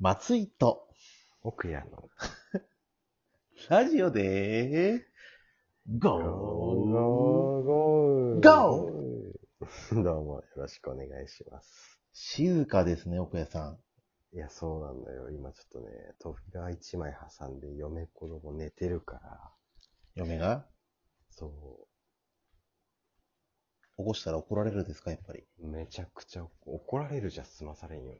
松井と、奥屋の。ラジオでー、ゴーゴゴーーどうもよろしくお願いします。静かですね、奥谷さん。いや、そうなんだよ。今ちょっとね、扉一枚挟んで嫁子供寝てるから。嫁がそ起こしたら怒られるですか、やっぱり。う。めちゃくちゃ怒られるじゃ済まされんよね。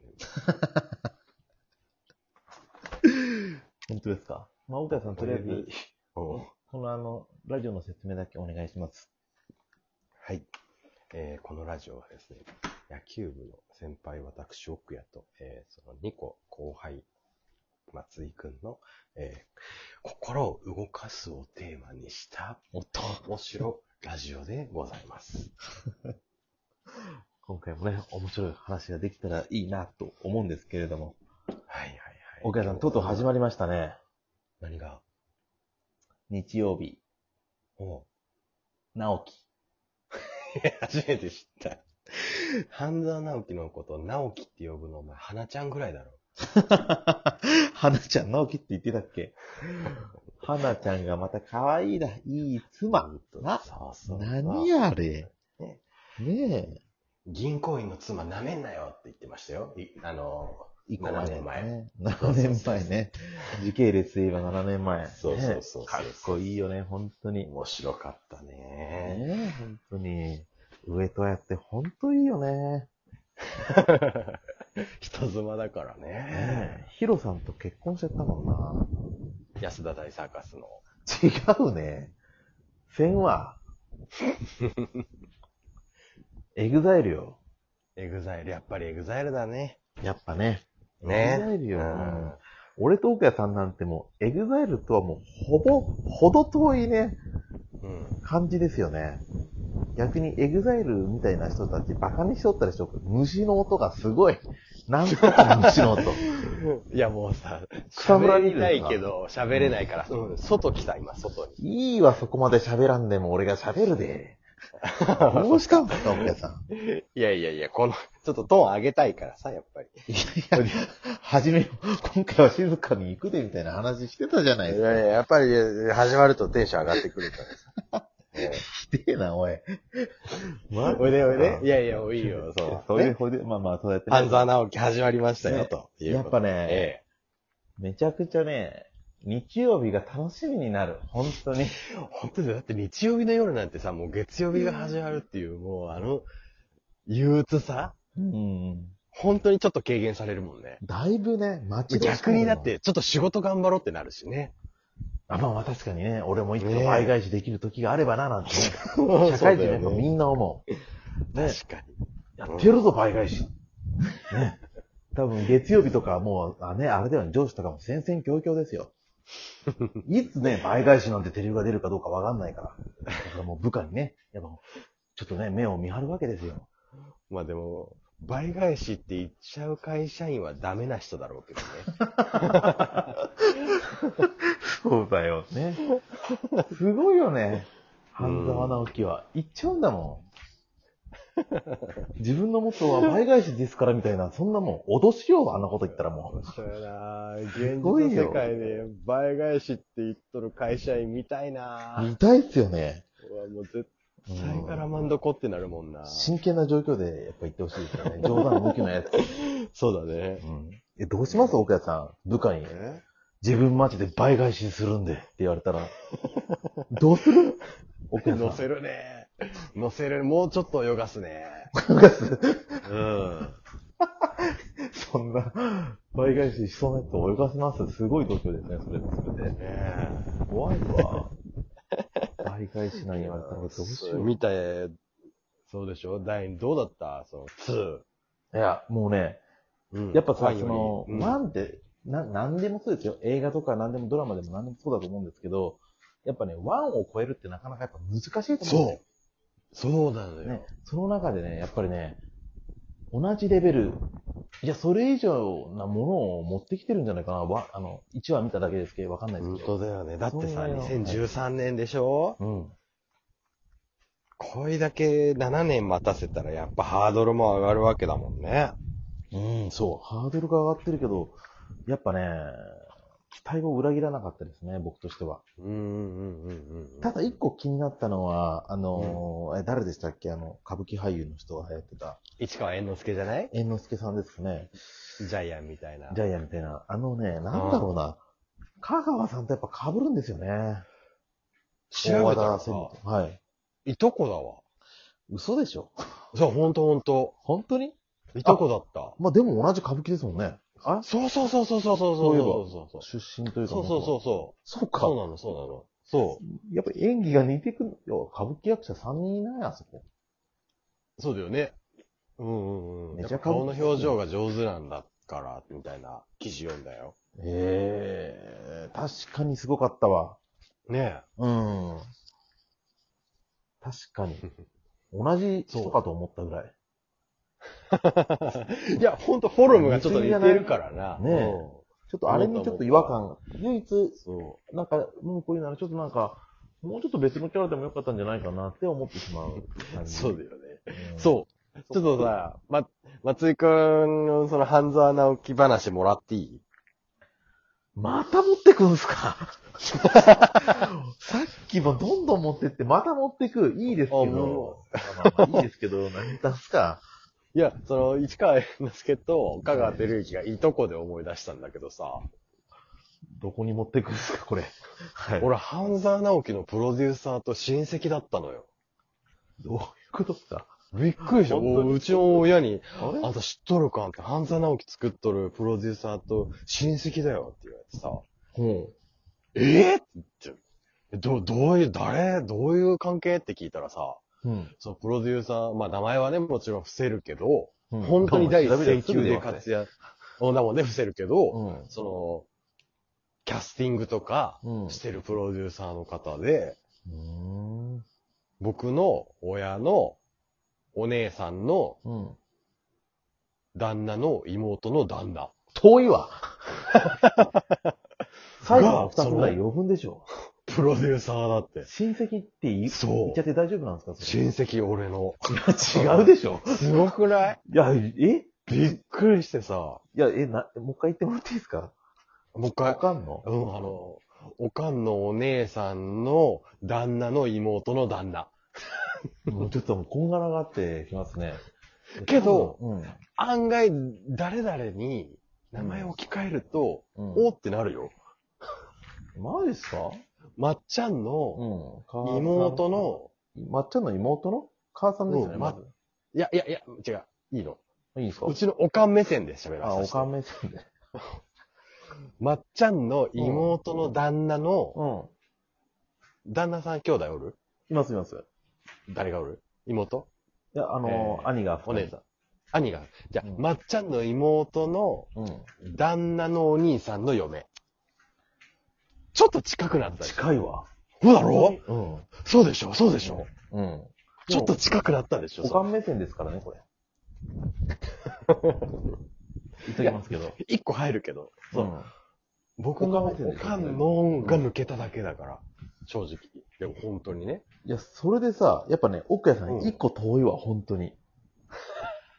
本当ですかまあ、奥谷さん、とりあえ ず、おうこのあの、ラジオの説明だけお願いします。はい。えーこのラジオはですね、野球部の先輩私奥谷と、えーその2個後輩松井くんの、えー心を動かすをテーマにしたおっと、面白ラジオでございます。今回もね、面白い話ができたらいいなと思うんですけれども。はいはいはい。奥谷さん、とうとう始まり。りましたね。何が日曜日、おう直樹。初めて知った。半沢直樹のことを直樹って呼ぶのお前、花ちゃんぐらいだろ。 花ちゃん、直樹って言ってたっけ 花ちゃんがまた可愛いだ、いい妻。ほんとなそうそう。何あれねねえ。銀行員の妻舐めんなよって言ってましたよ。いあの一個7前年前ね。7年前ね。時系列で言えば7年前。 そうそうそうそうねかっこいいよね、本当に。ー、ね面白かったね。え、本当に。上戸やって本当いいよね。人妻だからねえね。ヒロさんと結婚しちゃったもんな。安田大サーカスの。違うね。せん わ。エグザイルよ。エグザイル、やっぱりエグザイルだね。やっぱね。ねエグザイルよ。うん俺と奥谷さんなんてもう、エグザイルとはもう、ほぼ、ほど遠いね、うん。感じですよね。逆にエグザイルみたいな人たち、バカにしとったりしとく。虫の音がすごい。なんとか虫の 音。いやもうさ、草むらに喋りたいけど、喋れないから、うん、外来た、今、外に。いいわ、そこまで喋らんでも俺が喋るで。どうしたんですか、奥谷さん。いやいやいや、この、ちょっとトーン上げたいからさ、やっぱり。いやいや、はじめ、今回は静かに行くでみたいな話してたじゃないですか。や、やっぱり、始まるとテンション上がってくるからさ。ひでえな、おい。まおいでおいで。いやいや、もういいよ、そう。そういう、ねほいで、まあまあ、そうやってね半沢直樹始まりましたよ、ねというやこっとぱで。ね、えめちゃくちゃね、日曜日が楽しみになる。本当に。え。本当に、だって日曜日の夜なんてさ、もう月曜日が始まるっていう、もうあの、憂鬱さうん。本当にちょっと軽減されるもんね。だいぶね、街逆にだっ。て、ちょっと仕事頑張ろうってなるしね。あまあまあ確かにね、俺も一ね度倍返しできる時があればな、なんてね。社社会人なんかみね。んな思う。ね、確かに。やってるぞ、倍返し。ね。多分月曜日とかはもう、あね、あれでは上司とかも戦々恐々ですよ。いつね、倍返しなんてテレビが出るかどうかわかんないから。だからもう部下にね、やっぱ、ちょっとね、目を見張るわけですよ。まあでも、倍返しって言っちゃう会社員はダメな人だろうけどね。そうだよ。ね。すごいよね。半沢直樹は。言っちゃうんだも ん。自分のモットーは倍返しですからみたいな、そんなもん、脅しよう、あんなこと言ったらもう。 そうやなすごいよ現実の世界で倍返しって言っとる会社員みたいな見たいっすよね。もう絶うん対からまんどこってなるもんな。真剣な状況でやっぱ言ってほしいですよ ね。冗談向きのやつ。そうだね。え、どうします奥谷さん。部下に。自分マジで倍返しするんでって言われたら。どうする奥谷 乗さん。せるね。乗せる。もうちょっと泳がすね。うん。そんな、倍返ししそうなやつを泳がせます。すごい度胸ですね、それそれで。ねえ怖いわ。 倍返しなん言われたらどうしよう。い見た、そうでしょ第二どうだったそのや、もうね、 2。うんやっぱさ、ワンよそりの、うんワンって、な、なんでもそうですよ。映画とかなんでもドラマでもなんでもそうだと思うんですけど、やっぱね、ワンを超えるってなかなかやっぱ難しいと思うんですよ。そう。そうなのよ。ね、その中でね、やっぱりね、同じレベル、いや、それ以上なものを持ってきてるんじゃないかな。わ、あの、1話見ただけですけど、わかんないです本けど。当だよね。だってさ、そうなの2013年でしょうん。これだけ7年待たせたらやっぱハードルも上がるわけだもんね。うん、そう。ハードルが上がってるけど、やっぱね、期待を裏切らなかったですね、僕としては。うんうんうんうんうん。ただ一個気になったのは、あのーえ誰でしたっけあの、歌舞伎俳優の人が流行ってた、市川猿之助じゃない猿之助さんですね。ジャイアンみたいな。ジャイアンみたいな。あのね、なんだろうな。香川さんとやっぱ被るんですよね。調べたらさ大、和田専務はい。いとこだわ。嘘でしょそう、ほんとほんと。本当にいとこだった。まあでも同じ歌舞伎ですもんね。あそうそうそうそうそうそうそうそうそう。出身というか。そうそうそうそう。そうかそう。なの、そうなの。そう。やっぱり演技が似てくるよ。歌舞伎役者3人いないあそこ。そうだよね。うんうんうん。めやっちゃぱ顔の表情が上手なんだから、みたいな記事読んだよ。ええ確かにすごかったわ。 ねうん。確か に。同じ人かと思ったぐらい。え。いや、ほんとフォルムがちょっと似てるからな。ねえうんちょっとあれにちょっと違和感が。唯一、そなんか、文句言うならちょっとなんか、もうちょっと別のキャラでもよかったんじゃないかなって思ってしまう感う。じ。 そうだよね。うんそう。ちょっとさ、ま、松井くんのその半沢直樹話もらっていいまた持ってくんす かさっきもどんどん持ってって、また持ってく。いいですけあもど。まあまあいいですけど、何出すか。いや、その、市川猿之助と香川照之がいとこで思い出したんだけどさ、どこに持ってくんすか、これ。はい。俺、半沢直樹のプロデューサーと親戚だったのよ。どういうことっすかびっくりした。本当におうちの親に、ああんた知っとるかって、半沢直樹作っとるプロデューサーと親戚だよって言われてさ、ほえーって言って、ど、どういう、誰どういう関係って聞いたらさ、う。うん。そのプロデューサー、まあ名前はね、もちろん伏せるけど、うん本当に第一線級で躍。活躍、おだもんね、伏せるけど、うん。その、キャスティングとかうんしてるプロデューサーの方で、うん。僕の親のお姉さんのうん。旦那の妹の旦那。遠い わ。最後のが二つぐらい余分でしょ。プロデューサーだって。親戚って言いそう言っちゃって大丈夫なんですかそれ親戚俺の。違うでしょ。すごくないいや、えびっくりしてさ、いや、え、な、もう一回言ってもらっていいですかもう一わ回、かんのうん、あの、おかんのお姉さんの旦那の妹の旦那。もうちょっともうこんがらがってきますね。けどうん、案外、誰々に名前を置き換えると、うん。おーってなるよ。マジっすかまっちゃんうのん。妹、の、まっちゃんの妹の母さんですよね、うんまず。いやいやいや、違う。いいの。いいですかうちのおかん目線で喋らあ、せて。おかめさんで。まっちゃんの妹の旦那の、うん。旦那さん兄弟おるいますいます。誰がおる妹いや、あのえー、ー兄が。お姉さん。兄が。じゃあ、うんまっちゃんの妹のん。うん。旦那のお兄さんの嫁。ちょっと近くなったでしょ。近いわ。そうだろうん。そうでしょそうでしょ、うん。ちょっと近くなったでしょおかん目線ですからね、 これ。言っときますけど。一個入るけど。そう。ん。僕のおかんおかんのんが抜けただけだから。正直。でも本当にね。いや、それでさ、やっぱね、奥谷さんうん一個遠いわ、本当に。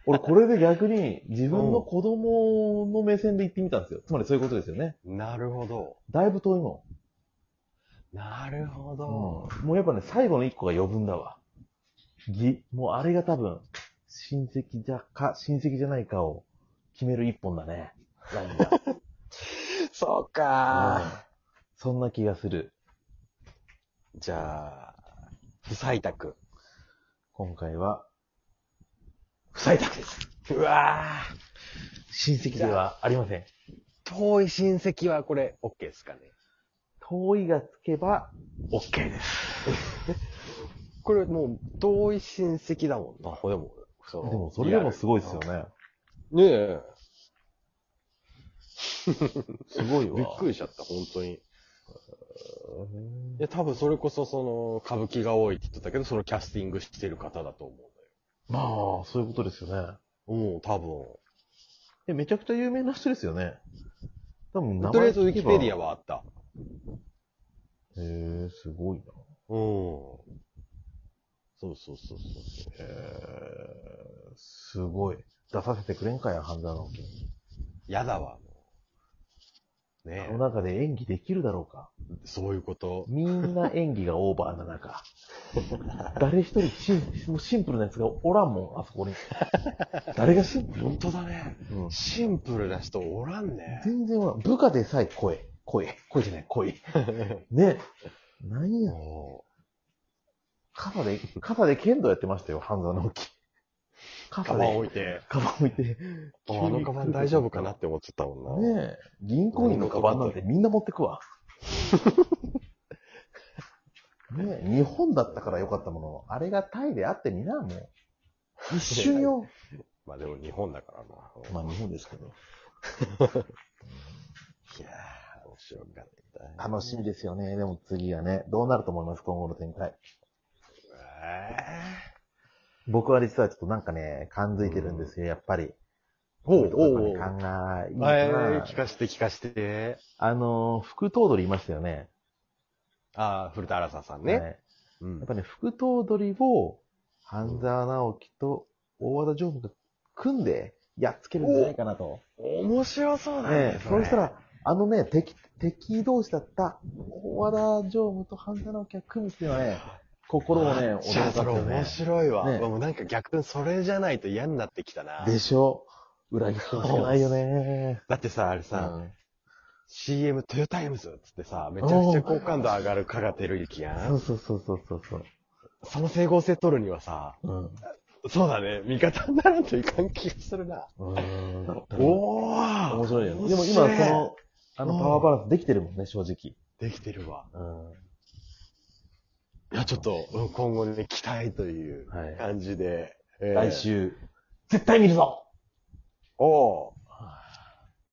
俺、これで逆に自分の子供の目線で言ってみたんですよ。つまりそういうことですよね。なるほど。だいぶ遠いもなるほん。ど。もうやっぱね、最後の一個が余分だわ。ぎ、もうあれが多分、親戚じゃか、親戚じゃないかを決める一本だね。ラインがそううんかそんな気がする。じゃあ、不採択。今回は、不採択です。うわぁ。親戚ではありません。遠い親戚はこれ、OK ですかね。遠いがつけば、 OK です。 これもう、遠い親戚だもんな。でも、そでもそれでもすごいですよ。ね。ねえ。すごいわ。びっくりしちゃった、本当に。いうんや、多分それこそ、その、歌舞伎が多いって言ってたけど、そのキャスティングしてる方だと思まあ、そういうことですよね。うのよ。うん、多え、めちゃくちゃ有名な人ですよね。多分分。とりあえず、ウィキペディア。アはあった。へえ、すごいな。うん。そうそうそうそう。へえ、すごい。出させてくれんかや、半沢直樹。やだわ、もねこの中で演技できるだろうか。そういうこと。みんな演技がオーバーな 中。誰一人シンもうシンプルなやつがおらんもん、あそこに。誰がシンプル、本当だね。うんシンプルな人おらんね。全然おらん。部下でさえ声。声。声じゃない、声。ね。なんや。も傘で、傘で剣道やってましたよ、半沢直樹。う、傘 カバンで。置いて、カバン置いて。ああのカバン大丈夫かなって思っちゃったもんな。ねえ。銀行員のカバンなんてみんな持って くわ。ねえ、日本だったからよかったもの。あれがタイであってみな、もう。一瞬よ。まあでも日本だからな。 まあ日本ですけど。いやー、面白かったね。楽しみですよね。でも次がね、どうなると思います今後の展開。え僕は実はちょっとなんかね、感づいてるんですよ、やっぱり。おうこいとこやっぱねおう勘がいいー、えなー、聞かして聞かして。あの、副頭取いましたよね。ああ、古田新太さんね。はいうんやっぱね、副頭取を、半沢直樹と大和田常務が組んで、やっつけるんじゃないかなと。面白そうだね。ええ、れそうしたら、、あのね、敵、敵同士だった、大和田常務と半沢直樹が組むっていうのはね、心をね、じゃ驚かあせそるれよね面。白いわ。ねもうなんか逆にそれじゃないと嫌になってきたな。でしょ裏切ってほしくないよね。だってさ、あれさ、うん CM トヨタイムズっつってさ、めちゃくちゃ好感度上がる加賀照之や。そうんそうそうそうそうそう。その整合性取るにはさ、そうだね、味方にならんといかん気がするな。うん。おおー面白いよね。で面も白い今、その、あの、パワーバランスできてるもんね、正直。できてるわ。うん。はいや、ちょっと、うん今後ね、期待というい。感じで。えー来。週、絶対見るぞおー